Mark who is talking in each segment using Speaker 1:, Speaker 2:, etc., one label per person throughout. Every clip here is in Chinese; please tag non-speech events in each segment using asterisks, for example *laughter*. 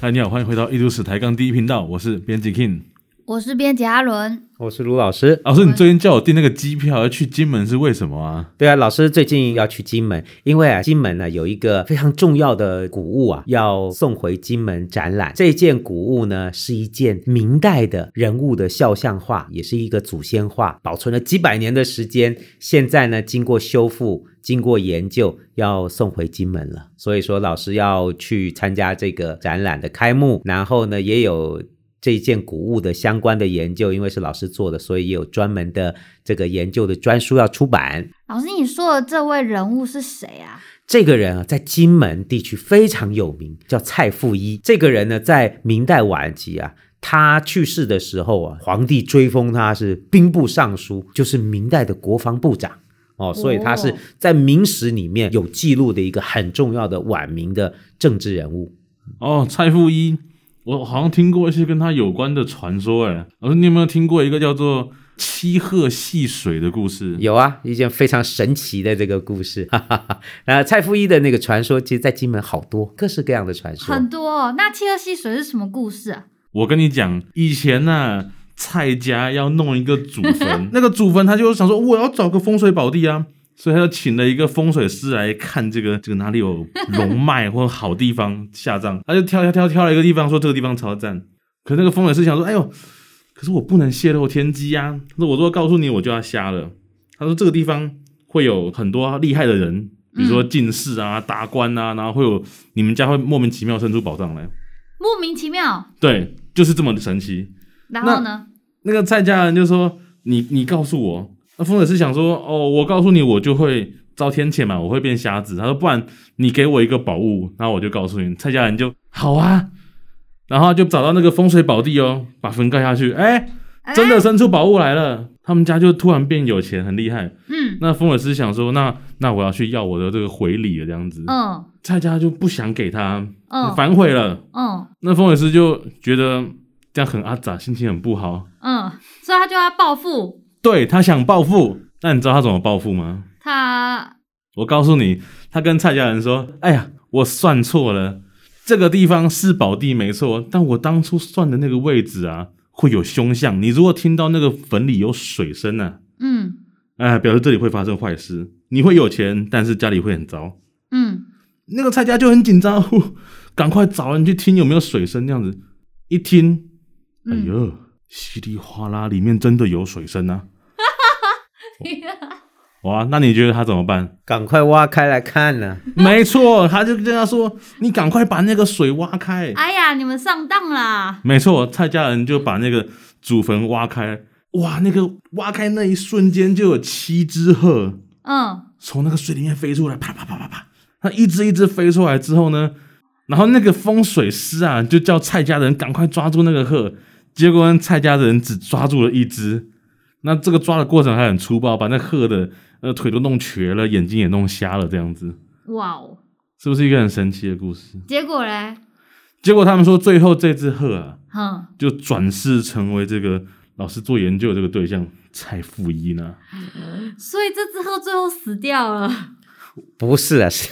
Speaker 1: 嗨，你好，欢迎回到一都史抬杠第一频道，我是编辑 King。
Speaker 2: 我是编辑阿伦，
Speaker 3: 我是卢老师。
Speaker 1: 老师，你最近叫我订那个机票要去金门是为什么啊？
Speaker 3: 对啊，老师最近要去金门，因为啊，金门呢、有一个非常重要的古物啊，要送回金门展览。这件古物呢，是一件明代的人物的肖像画，也是一个祖先画，保存了几百年的时间。现在呢，经过修复，经过研究，要送回金门了。所以说，老师要去参加这个展览的开幕，然后呢，也有。这一件古物的相关的研究，因为是老师做的，所以也有专门的这个研究的专书要出版。
Speaker 2: 老师，你说的这位人物是谁啊？
Speaker 3: 这个人啊，在金门地区非常有名，叫蔡复一。这个人呢，在明代晚期啊，他去世的时候啊，皇帝追封他是兵部尚书，就是明代的国防部长哦，所以他是
Speaker 2: 哦
Speaker 3: 在明史里面有记录的一个很重要的晚明的政治人物。
Speaker 1: 哦，蔡富一，我好像听过一些跟他有关的传说，哎，老师，你有没有听过一个叫做七鹤戏水的故事？
Speaker 3: 有啊，一件非常神奇的这个故事。 *laughs* 哈哈哈。那蔡复一的那个传说，其实在金门好多各式各样的传
Speaker 1: 啊
Speaker 3: 说。
Speaker 2: 很多、哦。那七二戏水是什么故事啊？
Speaker 1: 我跟你讲，以前呢、蔡家要弄一个祖坟， *laughs* 那个祖坟他就想说，我要找个风水宝地啊，所以他就请了一个风水师来看这个这个哪里有龙脉或者好地方下葬，他就挑挑挑挑了一个地方，说这个地方超赞。可那个风水师想说，哎呦，可是我不能泄露天机呀、啊，那我如果告诉你，我就要瞎了。他说这个地方会有很多厉害的人，比如说进士啊、达官啊，然后会有你们家会莫名其妙生出宝藏来。
Speaker 2: 莫名其妙。
Speaker 1: 对，就是这么的神奇。
Speaker 2: 然后呢？
Speaker 1: 那个蔡家人就说：“你你告诉我。”那风水师想说：“哦，我告诉你，我就会遭天谴嘛，我会变瞎子。”他说：“不然你给我一个宝物，然后我就告诉你。”蔡家人就好啊，然后就找到那个风水宝地哦，把坟盖下去，哎，真的
Speaker 2: 哎
Speaker 1: 生出宝物来了。他们家就突然变有钱，很厉害。
Speaker 2: 嗯
Speaker 1: 那风水师想说：“那那我要去要我的这个回礼了。”这样子，
Speaker 2: 嗯
Speaker 1: 蔡家就不想给他，
Speaker 2: 嗯
Speaker 1: 反悔了。
Speaker 2: 嗯
Speaker 1: 那风水师就觉得这样很阿杂，心情很不好，
Speaker 2: 嗯，所以他就要报复
Speaker 1: 对他想报复，那你知道他怎么报复吗？
Speaker 2: 他。
Speaker 1: 我告诉你，他跟蔡家人说：“哎呀，我算错了，这个地方是宝地没错，但我当初算的那个位置啊，会有凶相。你如果听到那个坟里有水声呢、
Speaker 2: 嗯
Speaker 1: 啊，哎，表示这里会发生坏事，你会有钱，但是家里会很糟。”
Speaker 2: 嗯，
Speaker 1: 那个蔡家就很紧张，呼赶快找人去听有没有水声，这样子一听，哎
Speaker 2: 嗯
Speaker 1: 呦，稀里哗啦，里面真的有水声啊！哇，那你觉得他怎么办？
Speaker 3: 赶快挖开来看呢、
Speaker 1: 没错，他就跟他说：“你赶快把那个水挖开。
Speaker 2: *laughs* 哎呀，你们上当啦！
Speaker 1: 没错，蔡家人就把那个祖坟挖开，哇，那个挖开那一瞬间就有七只鹤
Speaker 2: 嗯，
Speaker 1: 从那个水里面飞出来，啪啪啪啪啪，它一只一只飞出来之后呢，然后那个风水师啊就叫蔡家人赶快抓住那个鹤，结果呢蔡家人只抓住了一只，那这个抓的过程还很粗暴，把那鹤的呃腿都弄瘸了，眼睛也弄瞎了，这样子
Speaker 2: 哇哦，
Speaker 1: 是不是一个很神奇的故事？
Speaker 2: 结果嘞，
Speaker 1: 结果他们说，最后这只鹤啊，
Speaker 2: 哼，
Speaker 1: 就转世成为这个老师做研究的这个对象蔡富一呢。
Speaker 2: 所以这只鹤最后死掉了。
Speaker 3: 不是
Speaker 2: *laughs*
Speaker 3: 啊，是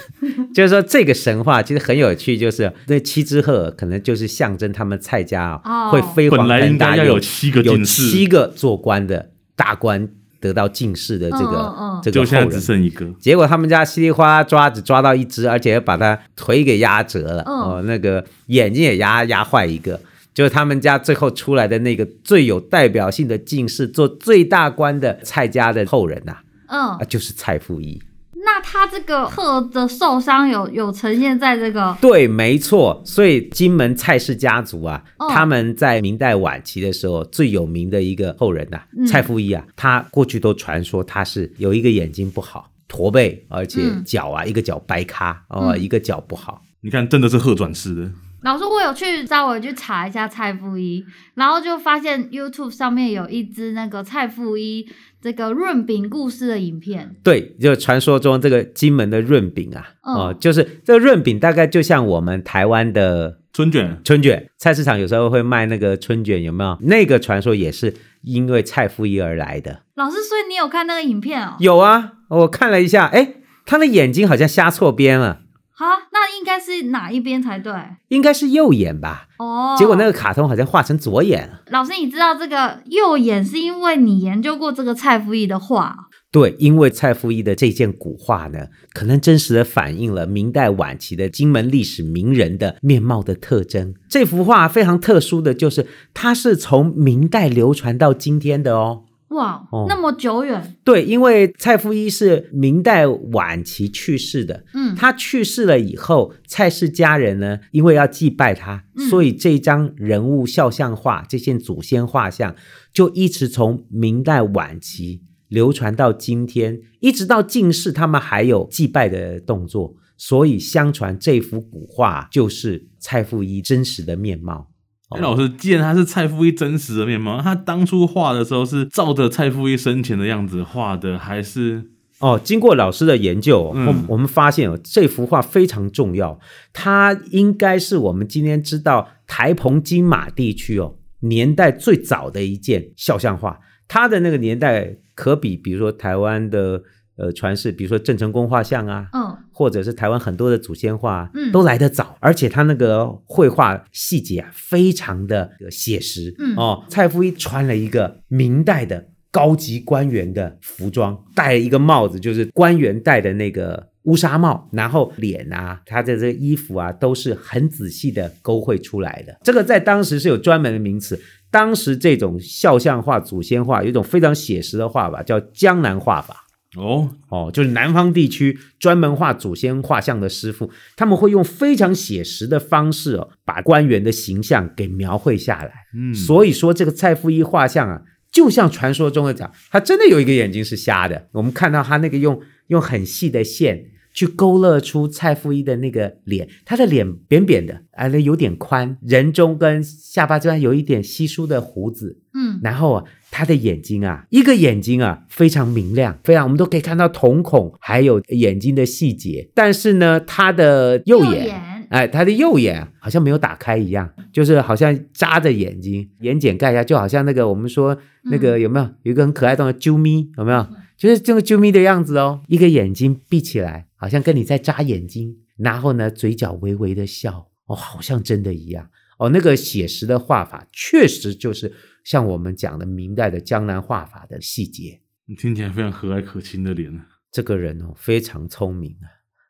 Speaker 3: 就是说这个神话其实很有趣，就是那七只鹤可能就是象征他们蔡家啊、
Speaker 2: 哦
Speaker 3: 会飞黄
Speaker 1: 本来应
Speaker 3: 腾
Speaker 1: 该
Speaker 3: 达，
Speaker 1: 要
Speaker 3: 有
Speaker 1: 有七个
Speaker 3: 有
Speaker 1: 进士，
Speaker 3: 七个做官的大官得到进士的这个、
Speaker 2: 嗯嗯嗯
Speaker 3: 这个
Speaker 1: 就现在
Speaker 3: 后
Speaker 1: 只
Speaker 3: 人。
Speaker 1: 剩一个。
Speaker 3: 结果他们家稀里哗啦抓，只抓到一只，而且把它腿给压折了，
Speaker 2: 嗯
Speaker 3: 哦，那个眼睛也压压坏一个。就是他们家最后出来的那个最有代表性的进士，做最大官的蔡家的后人呐、
Speaker 2: 嗯
Speaker 1: 哎
Speaker 3: 啊，，就是蔡复一。
Speaker 2: 那他这个鹤的受伤有有呈现在这个
Speaker 3: 对，没错。所以金门蔡氏家族啊，
Speaker 2: 哦
Speaker 3: 他们在明代晚期的时候最有名的一个后人呐、
Speaker 2: 嗯
Speaker 3: 蔡复一啊，他过去都传说他是有一个眼睛不好，驼背，而且
Speaker 2: 嗯
Speaker 3: 脚啊、一个脚掰咖哦、
Speaker 2: 嗯
Speaker 3: 一个脚不好。
Speaker 1: 你看，真的是鹤转世的。
Speaker 2: 老师，我有去稍微去查一下蔡富一，然后就发现 YouTube 上面有一支那个蔡富一这个润饼故事的影片。
Speaker 3: 对，就传说中这个金门的润饼啊，
Speaker 2: 嗯
Speaker 3: 哦、就是这个润饼大概就像我们台湾的
Speaker 1: 春卷
Speaker 3: 春卷，菜市场有时候会卖那个春卷，有没有？那个传说也是因为蔡复一而来的。
Speaker 2: 老师，所以你有看那个影片哦？
Speaker 3: 有啊，我看了一下，哎，他的眼睛好像瞎错边了，
Speaker 2: 哈，那应该是哪一边才对？
Speaker 3: 应该是右眼吧。
Speaker 2: 哦，
Speaker 3: 结果那个卡通好像画成左眼了。
Speaker 2: 老师，你知道这个右眼是因为你研究过这个蔡夫义的画
Speaker 3: 对，因为蔡夫一的这件古画呢，可能真实的反映了明代晚期的金门历史名人的面貌的特征。这幅画非常特殊的就是，它是从明代流传到今天的哦。
Speaker 2: 哇，
Speaker 3: 哦
Speaker 2: 那么久远，
Speaker 3: 对，因为蔡夫一是明代晚期去世的，
Speaker 2: 嗯，
Speaker 3: 他去世了以后，蔡氏家人呢，因为要祭拜他，
Speaker 2: 嗯
Speaker 3: 所以这张人物肖像画、这件祖先画像，就一直从明代晚期流传到今天，一直到近世，他们还有祭拜的动作。所以，相传这幅古画就是蔡复一真实的面貌。
Speaker 1: 哎老师，既然他是蔡夫一真实的面貌，他当初画的时候是照着蔡夫一生前的样子画的，还是
Speaker 3: 哦，经过老师的研究哦，
Speaker 1: 嗯
Speaker 3: 我、我们发现哦，这幅画非常重要，它应该是我们今天知道台澎金马地区哦年代最早的一件肖像画。它的那个年代可比，比如说台湾的呃传世，比如说郑成功画像啊，
Speaker 2: 嗯，
Speaker 3: 或者是台湾很多的祖先画啊，
Speaker 2: 嗯
Speaker 3: 都来得早，而且他那个绘画细节啊，非常的写实，
Speaker 2: 嗯
Speaker 3: 哦，蔡夫一穿了一个明代的高级官员的服装，戴了一个帽子，就是官员戴的那个。乌纱帽，然后脸啊，他的这个衣服啊，都是很仔细的勾绘出来的。这个在当时是有专门的名词。当时这种肖像画、祖先画，有一种非常写实的画法，叫江南画法。
Speaker 1: 哦，
Speaker 3: 哦，就是南方地区专门画祖先画像的师傅，他们会用非常写实的方式哦，把官员的形象给描绘下来。
Speaker 1: 嗯，
Speaker 3: 所以说，这个蔡复一画像啊，就像传说中的讲，他真的有一个眼睛是瞎的。我们看到他那个用用很细的线去勾勒出蔡复一的那个脸，他的脸扁扁的，哎，那有点宽，人中跟下巴这边有一点稀疏的胡子，
Speaker 2: 嗯，
Speaker 3: 然后啊，他的眼睛啊，一个眼睛啊非常明亮，非常我们都可以看到瞳孔，还有眼睛的细节。但是呢，他的右眼，
Speaker 2: 眼，
Speaker 3: 哎，他的右眼啊好像没有打开一样，就是好像扎着眼睛，眼睑盖一下，就好像那个我们说
Speaker 2: 嗯
Speaker 3: 那个有没有有一个很可爱的动物啾咪，有没有？就是这个啾咪的样子哦，一个眼睛闭起来，好像跟你在眨眼睛，然后呢，嘴角微微的笑，哦，好像真的一样。哦，那个写实的画法确实就是像我们讲的明代的江南画法的细节。
Speaker 1: 听起来非常和蔼可亲的脸。
Speaker 3: 这个人哦，非常聪明啊。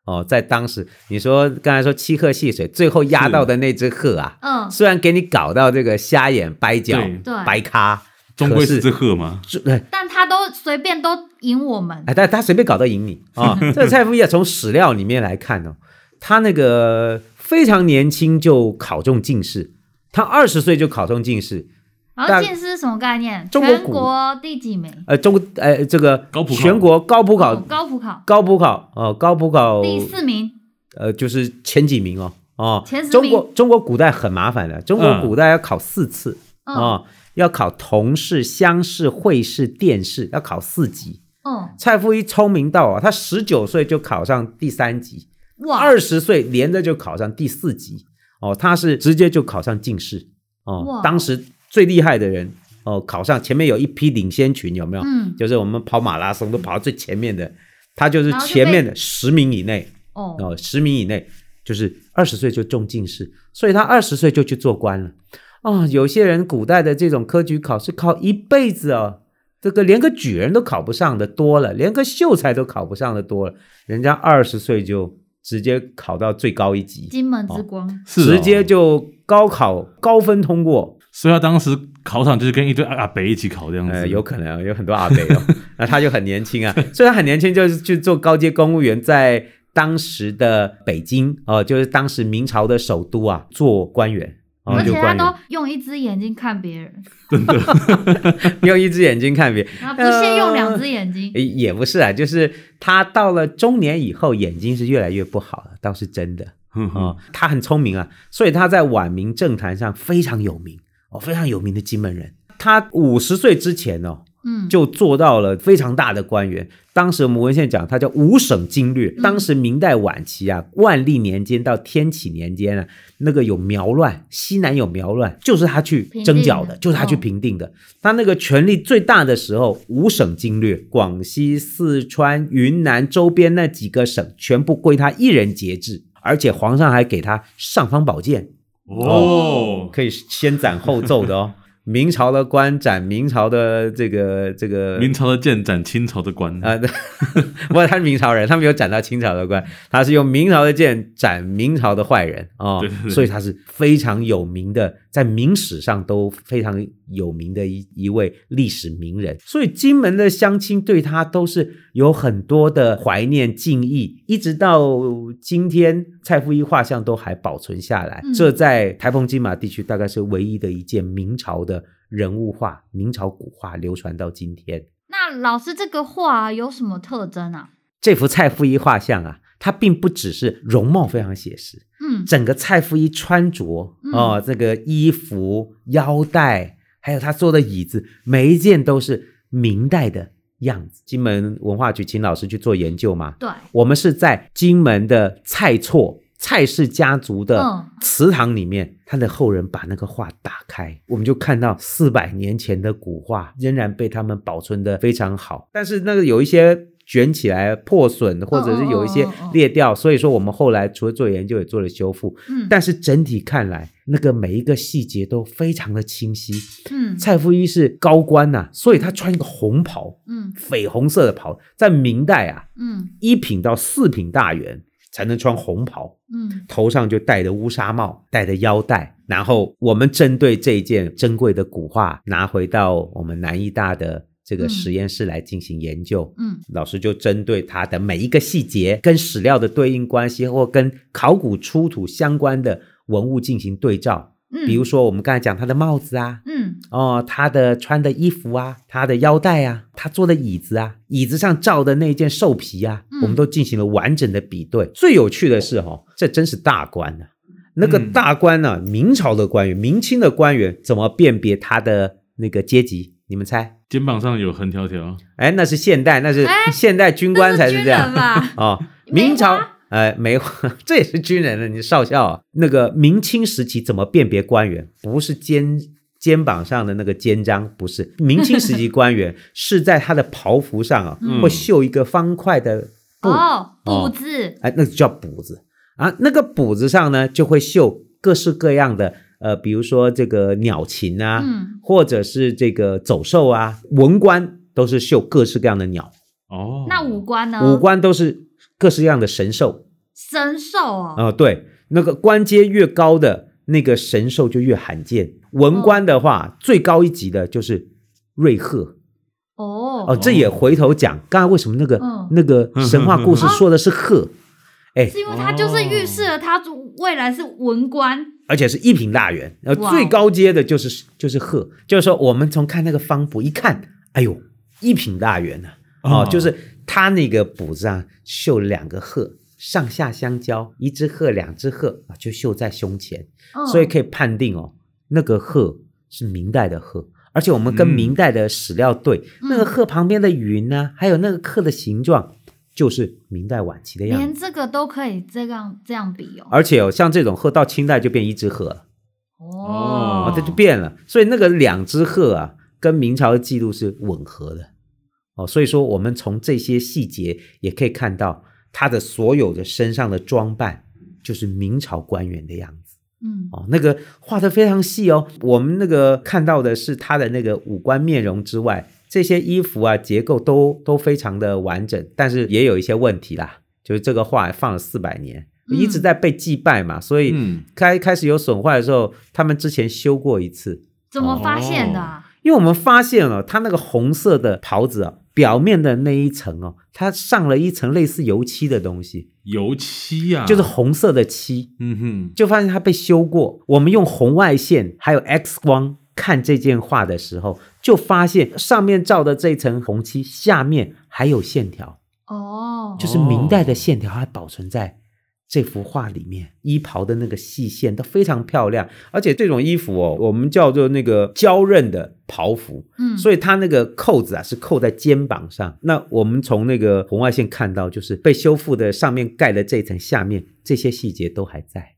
Speaker 3: 哦，在当时，你说刚才说七鹤戏水，最后压到的那只鹤啊，
Speaker 2: 嗯，
Speaker 3: 虽然给你搞到这个瞎眼掰角
Speaker 1: 对、
Speaker 2: 对
Speaker 3: 白咖，呃
Speaker 1: 终归是
Speaker 3: 可
Speaker 1: 这鹤嘛，
Speaker 3: 是对
Speaker 2: 但他都随便都赢我们，
Speaker 3: 哎，但他随便搞
Speaker 1: *laughs*
Speaker 3: 到赢你啊！这个蔡夫也从史料里面来看哦，他那个非常年轻就考中进士，他二十岁就考中进士，
Speaker 2: 然
Speaker 3: 但
Speaker 2: 后进士是什么概念？
Speaker 3: 中国
Speaker 2: 全
Speaker 3: 古
Speaker 2: 国第几名？
Speaker 3: 呃，中国呃这个
Speaker 1: 高普考
Speaker 3: 全国高普考
Speaker 2: 哦高普考
Speaker 3: 高普考哦、高普考
Speaker 2: 第四名，
Speaker 3: 呃就是前几名哦哦，
Speaker 2: 前十
Speaker 3: 中
Speaker 2: 名
Speaker 3: 国中国古代很麻烦的，中国
Speaker 1: 嗯
Speaker 3: 古代要考四次。
Speaker 2: 嗯
Speaker 3: 哦，要考同试、乡试、会试、殿试，要考四级。
Speaker 2: 嗯，
Speaker 3: 蔡复一聪明到啊，他十九岁就考上第三级，
Speaker 2: 哇
Speaker 3: 二十岁连着就考上第四级。哦，他是直接就考上进士。哦
Speaker 2: 哇，
Speaker 3: 当时最厉害的人哦，考上前面有一批领先群，有没有？
Speaker 2: 嗯
Speaker 3: 就是我们跑马拉松都跑到最前面的，他就是
Speaker 2: 然后就
Speaker 3: 前
Speaker 2: 被
Speaker 3: 面的十名以内。
Speaker 2: 哦，
Speaker 3: 哦，十名以内，就是二十岁就中进士，所以他二十岁就去做官了。哦，有些人古代的这种科举考试考一辈子哦，这个连个举人都考不上的多了，连个秀才都考不上的多了，人家二十岁就直接考到最高一级，
Speaker 2: 金门之光，
Speaker 1: 是哦
Speaker 3: 直接就高考高分通过。
Speaker 1: 所以他当时考场就是跟一堆阿阿北一起考这样
Speaker 3: 呃，
Speaker 1: 子，
Speaker 3: 有可能啊有很多阿北
Speaker 2: *laughs*
Speaker 3: 哦，那他就很年轻啊，所以他很年轻就是去做高阶公务员，在当时的北京哦、呃就是当时明朝的首都啊，做官员。哦
Speaker 2: 而
Speaker 3: 就
Speaker 2: 且他
Speaker 3: 官员
Speaker 2: 都用一只眼睛看别人，
Speaker 3: *laughs* 用一只眼睛看别人，
Speaker 2: 然后不屑用两只眼睛，
Speaker 3: 诶也不是啊，就是他到了中年以后，眼睛是越来越不好了，倒是真的。
Speaker 1: 哼
Speaker 2: 嗯
Speaker 3: 啊、
Speaker 1: 哼
Speaker 3: 他很聪明啊，所以他在晚明政坛上非常有名哦，非常有名的金门人。他五十岁之前哦，
Speaker 2: 嗯，
Speaker 3: 就做到了非常大的官员。当时我们文献讲，他叫五省经略。当时明代晚期啊，万历年间到天启年间啊，那个有苗乱，西南有苗乱，就是他去征剿
Speaker 2: 平定
Speaker 3: 的，
Speaker 2: 的
Speaker 3: 就是他去
Speaker 2: 哦
Speaker 3: 平定的。他那个权力最大的时候，五省经略，广西、四川、云南周边那几个省全部归他一人节制。而且皇上还给他尚方宝剑，
Speaker 1: 哦，
Speaker 3: 可以先斩后奏的 *laughs* 哦。明朝的官斩明朝的这个这个
Speaker 1: 明朝的剑斩清朝的官，
Speaker 3: 啊， *laughs* 对不过他是明朝人，他没有斩到清朝的官，他是用明朝的剑斩明朝的坏人哦
Speaker 1: 对对，对
Speaker 3: 所以他是非常有名的，在明史上都非常有名的一一位历史名人。哦所以金门的乡亲对他都是有很多的怀念敬意，一直到今天，蔡复一画像都还保存下来。
Speaker 2: 嗯
Speaker 3: 这在台澎金马地区大概是唯一的一件明朝的人物画，明朝古画流传到今天。
Speaker 2: 那老师这个画有什么特征啊？
Speaker 3: 这幅蔡复一画像啊，它并不只是容貌非常写实，
Speaker 2: 嗯，
Speaker 3: 整个蔡复一穿着
Speaker 2: 嗯
Speaker 3: 哦，这个衣服、腰带，还有他坐的椅子，每一件都是明代的样子。金门文化局请老师去做研究嘛，
Speaker 2: 对，
Speaker 3: 我们是在金门的蔡厝蔡氏家族的
Speaker 2: 嗯
Speaker 3: 祠堂里面，他的后人把那个画打开，我们就看到四百年前的古画仍然被他们保存的非常好，但是那个有一些。卷起来破损，或者是有一些
Speaker 2: 哦哦哦哦
Speaker 3: 裂掉，所以说我们后来除了做研究，也做了修复。
Speaker 2: 嗯，
Speaker 3: 但是整体看来，那个每一个细节都非常的清晰。
Speaker 2: 嗯
Speaker 3: 蔡夫一是高官呐、所以他穿一个红袍，
Speaker 2: 嗯
Speaker 3: 绯红色的袍，在明代啊，
Speaker 2: 嗯
Speaker 3: 一品到四品大员才能穿红袍，
Speaker 2: 嗯
Speaker 3: 头上就戴着乌纱帽，戴着腰带。然后我们针对这一件珍贵的古画，拿回到我们南艺大的这个
Speaker 2: 嗯
Speaker 3: 实验室来进行研究。
Speaker 2: 嗯
Speaker 3: 老师就针对它的每一个细节，跟史料的对应关系，或跟考古出土相关的文物进行对照。
Speaker 2: 嗯，
Speaker 3: 比如说，我们刚才讲他的帽子啊，
Speaker 2: 嗯
Speaker 3: 哦，他的穿的衣服啊，他的腰带啊，他坐的椅子啊，椅子上罩的那件兽皮啊，
Speaker 2: 嗯
Speaker 3: 我们都进行了完整的比对。最有趣的是哦，这真是大官呐、啊那个
Speaker 1: 嗯
Speaker 3: 大官呢、明朝的官员、明清的官员怎么辨别他的那个阶级？你们猜？
Speaker 1: 肩膀上有横条条，
Speaker 3: 哎，那是现代，那是
Speaker 2: 哎
Speaker 3: 现代军官才是这样
Speaker 2: 那军人吧？
Speaker 3: *laughs* 哦。
Speaker 2: 梅花
Speaker 3: 明朝呃，梅花 *laughs* 这也是军人的，你少校啊、那个明清时期怎么辨别官员？不是肩肩膀上的那个肩章，不是明清时期官员是在他的袍服上啊，
Speaker 1: 嗯
Speaker 3: 会绣一个方块的布，哎、
Speaker 2: 哦，布字，
Speaker 3: 那就叫补子啊。那个补子上呢，就会绣各式各样的呃，比如说这个鸟禽啊，
Speaker 2: 嗯
Speaker 3: 或者是这个走兽啊，文官都是绣各式各样的鸟，
Speaker 1: 哦，
Speaker 2: 那五官呢？
Speaker 3: 武官都是各式各样的神兽。
Speaker 2: 神兽哦，
Speaker 3: 啊、对，那个官阶越高的那个神兽就越罕见。文官的话，最高一级的就是瑞鹤
Speaker 2: 哦，
Speaker 3: 哦，这也回头讲，刚才为什么那个、
Speaker 2: 嗯
Speaker 3: 那个神话故事说的是鹤，哎
Speaker 2: 是，因为他就是预示了他未来是文官，
Speaker 3: 而且是一品大员，然后
Speaker 2: 哇哦
Speaker 3: 最高阶的就是就是鹤，就是说我们从看那个方谱一看，哎呦，一品大员呢、哦，
Speaker 1: 哦
Speaker 3: 就是他那个补上绣两个鹤，上下相交，一只鹤，两只鹤啊，就绣在胸前。
Speaker 2: 嗯
Speaker 3: 所以可以判定哦，那个鹤是明代的鹤，而且我们跟
Speaker 1: 嗯
Speaker 3: 明代的史料对，
Speaker 2: 嗯
Speaker 3: 那个鹤旁边的云呢、还有那个鹤的形状，就是明代晚期的样
Speaker 2: 连
Speaker 3: 子。
Speaker 2: 这个都可以这样这样比哦，
Speaker 3: 而且哦，像这种鹤到清代就变一只鹤了，
Speaker 1: 哦
Speaker 3: 啊，它就变了，所以那个两只鹤啊，跟明朝的记录是吻合的哦。所以说，我们从这些细节也可以看到，它的所有的身上的装扮就是明朝官员的样子。
Speaker 2: 嗯
Speaker 3: 哦，那个画的非常细哦。我们那个看到的是他的那个五官面容之外，这些衣服啊结构都都非常的完整，但是也有一些问题啦，就是这个画放了四百年，
Speaker 2: 嗯
Speaker 3: 一直在被祭拜嘛，所以
Speaker 1: 嗯
Speaker 3: 开开始有损坏的时候，他们之前修过一次，
Speaker 2: 怎么发现的啊？
Speaker 3: 因为我们发现了、它那个红色的袍子啊，表面的那一层哦，它上了一层类似油漆的东西，
Speaker 1: 油漆呀、啊，
Speaker 3: 就是，红色的漆。
Speaker 1: 嗯哼，
Speaker 3: 就发现它被修过。我们用红外线还有 X 光看这件画的时候，就发现上面罩的这层红漆，下面还有线条，
Speaker 2: 哦，
Speaker 3: 就是明代的线条还保存在。这幅画里面衣袍的那个细线都非常漂亮，而且这种衣服哦，我们叫做那个胶韧的袍服，
Speaker 2: 嗯，
Speaker 3: 所
Speaker 2: 以
Speaker 3: 以它那个扣子啊是扣在肩膀上。那我们从那个红外线看到，就是被修复的上面盖的这层，下面这些细节都还在，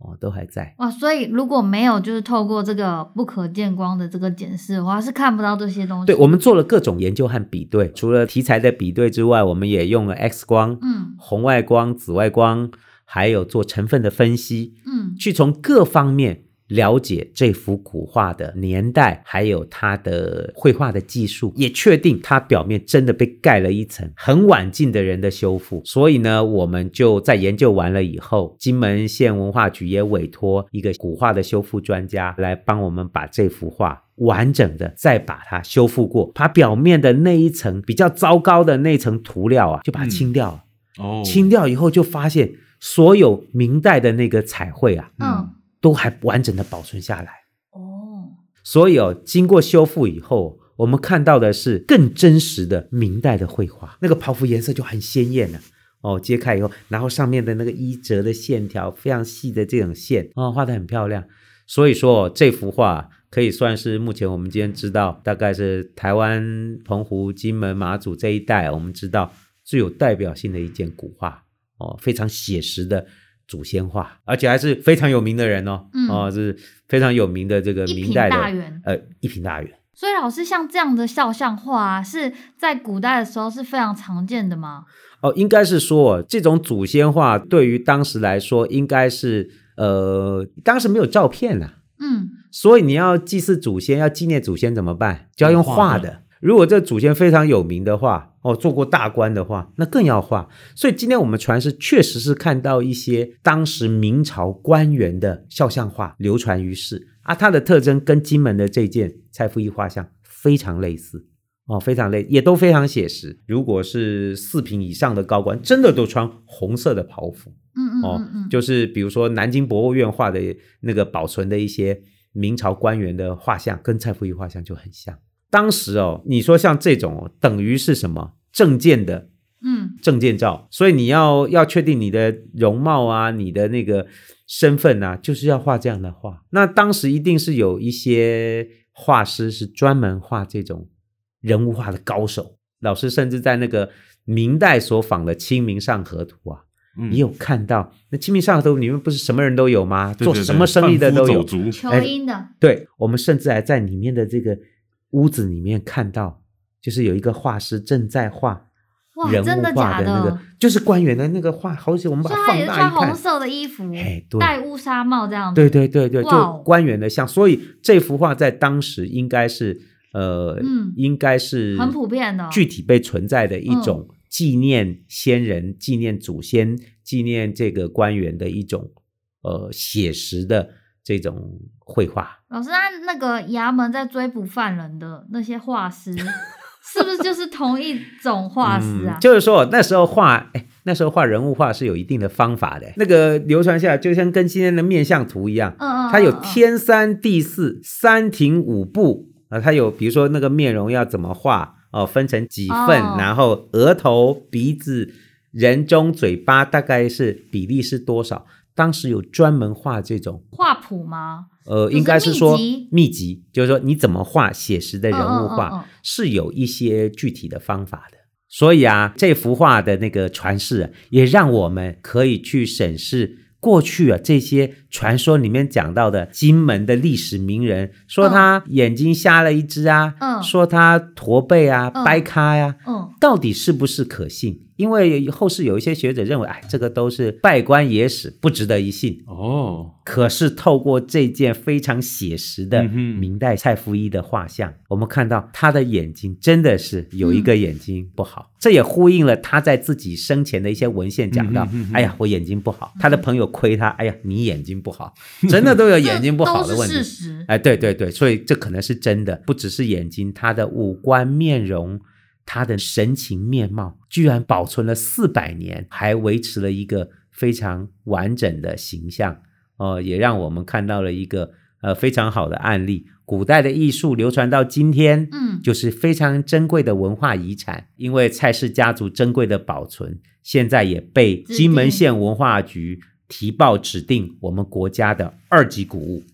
Speaker 3: 哦，都还在。
Speaker 2: 哇，所以如果没有就是透过这个不可见光的这个检视的话，是看不到这些东西。
Speaker 3: 对，我们做了各种研究和比对，除了题材的比对之外，我们也用了 X 光、
Speaker 2: 嗯
Speaker 3: 红外光、紫外光，还有做成分的分析，
Speaker 2: 嗯
Speaker 3: 去从各方面了解这幅古画的年代，还有它的绘画的技术，也确定它表面真的被盖了一层很晚近的人的修复。所以呢，我们就在研究完了以后，金门县文化局也委托一个古画的修复专家来帮我们把这幅画。完整的再把它修复过，把表面的那一层比较糟糕的那层涂料啊，就把它
Speaker 1: 嗯
Speaker 3: 清掉了。
Speaker 1: 哦，
Speaker 3: 清掉以后，就发现所有明代的那个彩绘啊，
Speaker 2: 嗯，
Speaker 3: 都还完整的保存下来。
Speaker 2: 哦，
Speaker 3: 所以哦，经过修复以后，我们看到的是更真实的明代的绘画，那个袍服颜色就很鲜艳了、哦，揭开以后，然后上面的那个衣褶的线条非常细的这种线哦，画的很漂亮。所以说、哦、这幅画可以算是目前我们今天知道，大概是台湾澎湖、金门、马祖这一带，我们知道最有代表性的一件古画哦，非常写实的祖先画，而且还是非常有名的人哦，
Speaker 2: 嗯
Speaker 3: 哦是非常有名的这个
Speaker 2: 一
Speaker 3: 明
Speaker 2: 品
Speaker 3: 代的
Speaker 2: 大员。
Speaker 3: 呃，一品大员。
Speaker 2: 所以老师，像这样的肖像画、啊、是在古代的时候是非常常见的吗？
Speaker 3: 哦，应该是说这种祖先画对于当时来说，应该是呃，当时没有照片啊呐、
Speaker 2: 嗯，
Speaker 3: 所以你要祭祀祖先，要纪念祖先怎么办？就要用
Speaker 1: 用嗯
Speaker 3: 画
Speaker 1: 画的
Speaker 3: 的。如果这祖先非常有名的话，哦，做过大官的话，那更要画。所以今天我们传世确实是看到一些当时明朝官员的肖像画流传于世啊，它的特征跟金门的这件蔡夫一画像非常类似。哦，非常类，也都非常写实。如果是四品以上的高官，真的都穿红色的袍服，
Speaker 2: 嗯嗯
Speaker 3: 哦
Speaker 2: 嗯嗯，
Speaker 3: 就是比如说南京博物院画的那个保存的一些明朝官员的画像，跟蔡福义画像就很像。当时哦，你说像这种、哦，等于是什么证件的
Speaker 2: 嗯
Speaker 3: 证件照，所以你要要确定你的容貌啊，你的那个身份啊，就是要画这样的画。那当时一定是有一些画师是专门画这种人物画的高手，老师甚至在那个明代所仿的《清明上河图》啊，
Speaker 1: 嗯
Speaker 3: 也有看到。那《清明上河图》里面不是什么人都有吗？
Speaker 1: 对
Speaker 3: 做
Speaker 1: 对
Speaker 3: 什
Speaker 1: 对
Speaker 3: 么生意的
Speaker 1: 贩夫
Speaker 3: 都有
Speaker 1: 走。卒
Speaker 2: 求
Speaker 3: 哎
Speaker 2: 姻的，
Speaker 3: 对，我们甚至还在里面的这个屋子里面看到，就是有一个画师正在画
Speaker 2: 哇，
Speaker 3: 人
Speaker 2: 真
Speaker 3: 物画
Speaker 2: 假
Speaker 3: 的那个，就是官员的那个画，好像我们把
Speaker 2: 所以
Speaker 3: 它
Speaker 2: 他
Speaker 3: 放
Speaker 2: 也是
Speaker 3: 大
Speaker 2: 穿
Speaker 3: 一看
Speaker 2: 红，色的衣服
Speaker 3: 哎对，
Speaker 2: 戴乌纱帽这样子。
Speaker 3: 对对对对，
Speaker 2: 哇哦
Speaker 3: 就官员的像，所以这幅画在当时应该是呃，
Speaker 2: 嗯
Speaker 3: 应该是
Speaker 2: 很普遍的哦嗯
Speaker 3: 具体被存在的一种纪念先人、纪念祖先、纪念这个官员的一种呃写实的这种绘画。
Speaker 2: 老师，那那个衙门在追捕犯人的那些画
Speaker 3: *laughs*
Speaker 2: 师，是不是就是同一种画师啊？
Speaker 3: 嗯就是说那时候画，哎，那时候画人物画是有一定的方法的，那个流传下来，就像跟今天的面相图一样，
Speaker 2: 嗯嗯，
Speaker 3: 它有
Speaker 2: 嗯，
Speaker 3: 天三地四、三庭五部啊，它有比如说那个面容要怎么画哦，分成几份，
Speaker 2: 哦
Speaker 3: 然后额头、鼻子、人中、嘴巴大概是比例是多少？当时有专门画这种
Speaker 2: 嗯画谱吗？
Speaker 3: 呃，
Speaker 2: 就是
Speaker 3: 应该是
Speaker 2: 秘
Speaker 3: 说
Speaker 2: 籍
Speaker 3: 秘籍，就是说你怎么画写实的人物画，
Speaker 2: 嗯嗯嗯嗯
Speaker 3: 是有一些具体的方法的。所以啊，这幅画的那个传世、啊，也让我们可以去审视过去啊这些传说里面讲到的金门的历史名人，说他眼睛瞎了一只啊，
Speaker 2: 嗯
Speaker 3: 说他驼背啊、
Speaker 2: 嗯
Speaker 3: 掰咖呀、
Speaker 2: 嗯，
Speaker 3: 到底是不是可信？因为后世有一些学者认为，哎，这个都是拜官野史，不值得一信。
Speaker 1: 哦，
Speaker 3: 可是透过这件非常写实的
Speaker 1: 嗯哼
Speaker 3: 明代蔡福一的画像，我们看到他的眼睛真的是有一个眼睛不
Speaker 1: 嗯
Speaker 3: 好，这也呼应了他在自己生前的一些文献讲到：
Speaker 1: 嗯哼嗯哼嗯
Speaker 3: 哎呀，我眼睛不好。他的朋友亏他：哎呀，你眼睛
Speaker 1: *laughs*
Speaker 3: 不好，真的都有眼睛不好的
Speaker 2: 这都
Speaker 3: 问
Speaker 2: 是事
Speaker 3: 题。
Speaker 2: 实。
Speaker 3: 哎，对对对，所以这可能是真的，不只是眼睛，他的五官、面容、他的神情面貌，居然保存了四百年，还维持了一个非常完整的形象。哦，也让我们看到了一个呃非常好的案例。古代的艺术流传到今天，
Speaker 2: 嗯
Speaker 3: 就是非常珍贵的文化遗产，因为蔡氏家族珍贵的保存，现在也被
Speaker 2: 指定
Speaker 3: 金门县文化局提报指定我们国家的二级古物，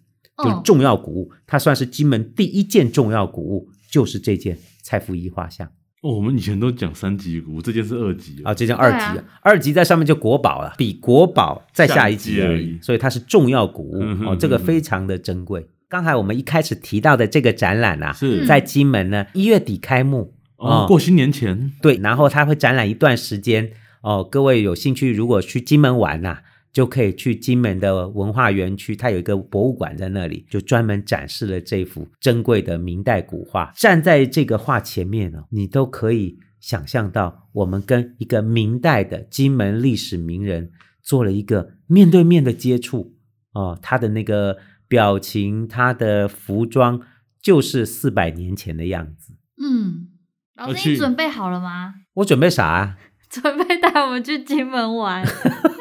Speaker 3: 就是
Speaker 2: 嗯
Speaker 3: 重要古物。它算是金门第一件重要古物，就是这件蔡福一画像
Speaker 1: 哦，我们以前都讲三级股，这件是二级
Speaker 3: 啊，，这件二级
Speaker 2: 对啊
Speaker 3: 二级在上面就国宝了，比国宝再下一
Speaker 1: 下一
Speaker 3: 级
Speaker 1: 级
Speaker 3: 而
Speaker 1: 而
Speaker 3: 已
Speaker 1: 已，
Speaker 3: 所以它是重要古物
Speaker 1: 嗯哼
Speaker 3: 哦，这个
Speaker 1: 嗯哼
Speaker 3: 非常的珍贵。刚才我们一开始提到的这个展览啊，
Speaker 2: 嗯
Speaker 1: 是
Speaker 3: 在嗯金门呢一月底开幕，
Speaker 1: 哦，过新年前
Speaker 3: 对，然后它会展览一段时间哦。各位有兴趣，如果去金门玩呐、就可以去金门的文化园区，它有一个博物馆在那里，就专门展示了这幅珍贵的明代古画。站在这个画前面呢、哦，你都可以想象到，我们跟一个明代的金门历史名人做了一个面对面的接触哦，他的那个表情，他的服装，就是四百年前的样子。
Speaker 2: 嗯，老
Speaker 1: 要
Speaker 2: 师，
Speaker 1: 去
Speaker 2: 你准备好了吗？ *laughs*
Speaker 3: 我准备啥、啊？
Speaker 2: 准备带我们去金门玩。 *laughs*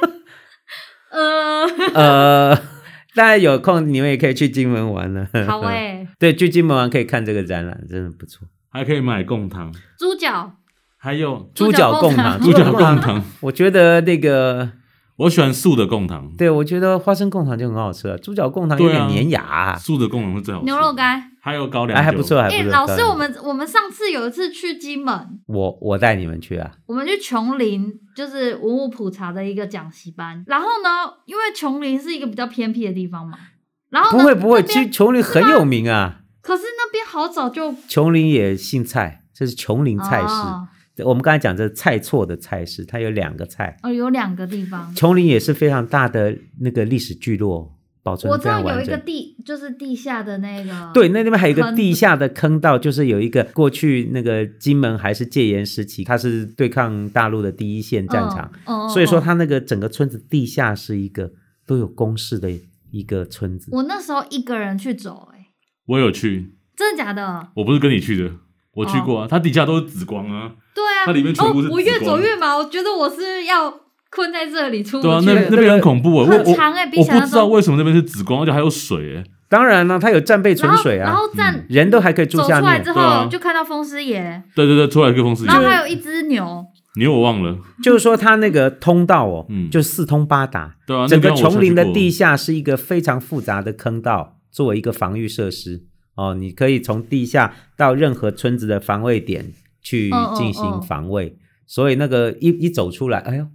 Speaker 2: 呃，
Speaker 3: *laughs* 呃，大家有空你们也可以去金门玩了。 *laughs*
Speaker 2: 好欸诶、
Speaker 3: 对，去金门玩可以看这个展览，真的不错。
Speaker 1: 还可以买贡糖，
Speaker 2: 猪脚
Speaker 1: 还有
Speaker 2: 猪
Speaker 3: 猪
Speaker 2: 脚
Speaker 3: 脚
Speaker 2: 贡
Speaker 3: 贡
Speaker 2: 糖
Speaker 3: 糖， *laughs*
Speaker 1: 猪脚贡，糖。
Speaker 3: 我觉得那个，
Speaker 1: 我喜欢素的贡糖，
Speaker 3: 对我觉得花生贡糖就很好吃了，猪脚贡糖有
Speaker 1: 对
Speaker 3: 点
Speaker 1: 啊
Speaker 3: 黏牙、
Speaker 1: 素的贡糖是最好吃。
Speaker 2: 牛肉，干。
Speaker 1: 还有高粱
Speaker 3: 哎，
Speaker 1: 酒，
Speaker 3: 还不错，还不
Speaker 2: 哎、
Speaker 3: 错。
Speaker 2: 老师，
Speaker 3: 当然
Speaker 2: 我们我们上次有一次去金门，
Speaker 3: 我我带你们去啊，
Speaker 2: 我们去琼林，就是文物普查的一个讲习班。然后呢，因为琼林是一个比较偏僻的地方嘛，然后
Speaker 3: 不
Speaker 2: 呢
Speaker 3: 会不会，
Speaker 2: 哦那边
Speaker 3: 其实琼林很有名啊，
Speaker 2: 可是那边好早就
Speaker 3: 琼林也姓蔡，这是琼林菜市。
Speaker 2: 哦
Speaker 3: 我们刚才讲这菜错的菜市，它有两个菜。
Speaker 2: 哦，有两个地方。
Speaker 3: 琼林也是非常大的那个历史聚落，保存
Speaker 2: 我
Speaker 3: 得
Speaker 2: 知
Speaker 3: 非
Speaker 2: 道
Speaker 3: 常
Speaker 2: 有
Speaker 3: 完
Speaker 2: 一个
Speaker 3: 整。
Speaker 2: 地，就是地下的那个，
Speaker 3: 对，那那边还有一个
Speaker 2: 坑
Speaker 3: 地下的坑道，就是有一个过去那个金门还是戒严时期，它是对抗大陆的第一线
Speaker 2: 嗯，
Speaker 3: 战场，
Speaker 2: 嗯，嗯
Speaker 3: 所以说
Speaker 2: 嗯
Speaker 3: 它那个整个村子地下是一个都有公示的一个村子。
Speaker 2: 嗯我那时候一个人去走、哎，
Speaker 1: 我有去，
Speaker 2: 真的假的？
Speaker 1: 我不是跟你去的，我
Speaker 2: 哦
Speaker 1: 去过啊，它底下都是紫光啊，
Speaker 2: 对啊，
Speaker 1: 它里面全部是
Speaker 2: 哦、我越
Speaker 1: 紫光
Speaker 2: 走越麻，我觉得我是要困在这里出不
Speaker 1: 对啊，
Speaker 2: 去
Speaker 1: 那
Speaker 2: 了。
Speaker 1: 那边很恐怖啊，我
Speaker 2: 很
Speaker 1: 我
Speaker 2: 长哎、比
Speaker 1: 我
Speaker 2: 想
Speaker 1: 不
Speaker 2: 象
Speaker 1: 知道
Speaker 2: 中。
Speaker 1: 为什么那边是紫光，而且还有水哎，
Speaker 3: 当然了，它有战备
Speaker 2: 然
Speaker 3: 存
Speaker 2: 后
Speaker 3: 水
Speaker 2: 然
Speaker 3: 啊，
Speaker 2: 后站、
Speaker 3: 人都还可以住
Speaker 2: 走
Speaker 3: 下
Speaker 2: 出来
Speaker 3: 面
Speaker 2: 之，后、
Speaker 1: 对啊
Speaker 2: 就看到风师爷，
Speaker 1: 对对对，出来一个风师
Speaker 2: 然后还
Speaker 1: 爷，
Speaker 2: 有一只牛，
Speaker 1: 你我忘了，
Speaker 3: 就是说它那个通道哦，
Speaker 1: 嗯
Speaker 3: 就四通八达，
Speaker 1: 对啊，
Speaker 3: 整
Speaker 1: 那
Speaker 3: 个
Speaker 1: 边我
Speaker 3: 琼林的地
Speaker 1: 下
Speaker 3: 下是一个非常复杂的坑道，作为一个防御设施哦，你可以从地下到任何村子的防卫点去
Speaker 2: 嗯嗯
Speaker 3: 进
Speaker 2: 嗯
Speaker 3: 行防卫，所以那个一一走出来，哎呦，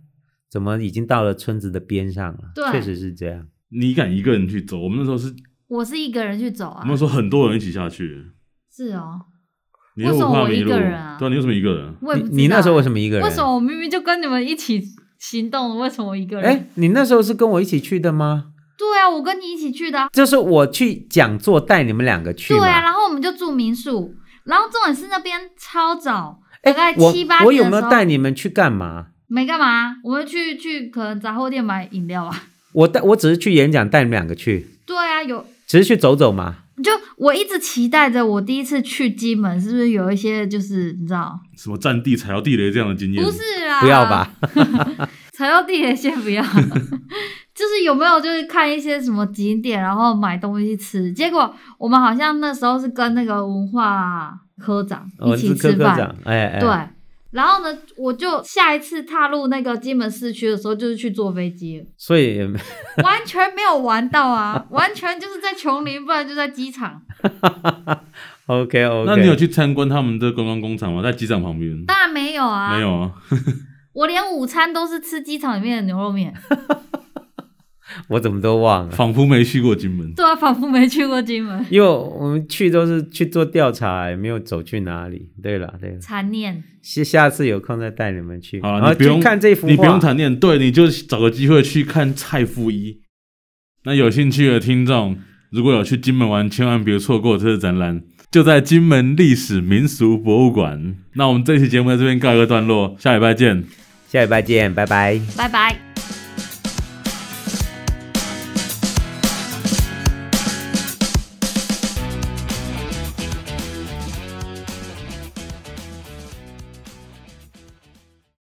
Speaker 3: 怎么已经到了村子的边上了？
Speaker 2: 对
Speaker 3: 确实是这样。
Speaker 1: 你敢一个人去走？我们那时候是，
Speaker 2: 我是一个人去走
Speaker 1: 我
Speaker 2: 啊
Speaker 1: 们，那时候很多人一起下去，
Speaker 2: 是哦，
Speaker 1: 你又
Speaker 2: 为什么
Speaker 1: 不怕
Speaker 2: 我
Speaker 1: 迷
Speaker 2: 一
Speaker 1: 路？
Speaker 2: 个人啊
Speaker 1: 对啊，你为什么一个人？
Speaker 2: 我也不知道
Speaker 3: 你你那时候为什么一个人？
Speaker 2: 为什么我明明就跟你们一起行动，为什么我一个人？
Speaker 3: 哎，你那时候是跟我一起去的吗？
Speaker 2: 对啊，我跟你一起去的啊、
Speaker 3: 就是我去讲座带你们两个去
Speaker 2: 对
Speaker 3: 嘛。
Speaker 2: 啊，然后我们就住民宿，然后重点是那边超早，大概
Speaker 3: 哎，我
Speaker 2: 七八
Speaker 3: 我
Speaker 2: 点
Speaker 3: 有
Speaker 2: 的
Speaker 3: 没
Speaker 2: 时
Speaker 3: 有
Speaker 2: 候
Speaker 3: 带你们去干嘛？
Speaker 2: 没干嘛，我们去去可能杂货店买饮料啊。 *laughs*
Speaker 3: 我带我只是去演讲，带你们两个去，
Speaker 2: 对啊，有
Speaker 3: 只是去走走嘛。
Speaker 2: 就我一直期待着我第一次去金门，是不是有一些就是你知道？
Speaker 1: 什么占地踩到地雷这样的经验？
Speaker 2: 不是啊啦，
Speaker 3: 不要，吧？
Speaker 2: 踩到地雷先不要。 *laughs* 就是有没有就是看一些什么景点，然后买东西吃？结果我们好像那时候是跟那个文化科长一
Speaker 3: 我
Speaker 2: 起
Speaker 3: 哦是
Speaker 2: 吃
Speaker 3: 科科
Speaker 2: 饭，
Speaker 3: 长，哎哎，
Speaker 2: 对。然后呢，我就下一次踏入那个金门市区的时候，就是去坐飞机了。
Speaker 3: 所以 *laughs*
Speaker 2: 完全没有玩到啊，完全就是在琼林，不然就在机场。
Speaker 3: OK OK，
Speaker 1: 那你有去参观他们的观光工厂吗？在机场旁边？
Speaker 2: 当然没有啊，
Speaker 1: 没有啊，
Speaker 2: 我连午餐都是吃机场里面的牛肉面。
Speaker 3: 我怎么都忘了，
Speaker 1: 仿佛没去过金门。
Speaker 2: 对啊，仿佛没去过金门。
Speaker 3: 因为我们去都是去做调查，也没有走去哪里。对了对了，
Speaker 2: 残念，
Speaker 3: 下下次有空再带你们去，
Speaker 1: 好
Speaker 3: 然
Speaker 1: 了，
Speaker 3: 后
Speaker 1: 你不用
Speaker 3: 去看这幅画，
Speaker 1: 你不用谈恋爱，对，你就找个机会去看蔡夫一。那有兴趣的听众，如果有去金门玩，千万别错过这次展览，就在金门历史民俗博物馆。那我们这期节目在这边告一个段落，下礼拜见。
Speaker 3: 下礼拜见，拜拜。
Speaker 2: 拜拜。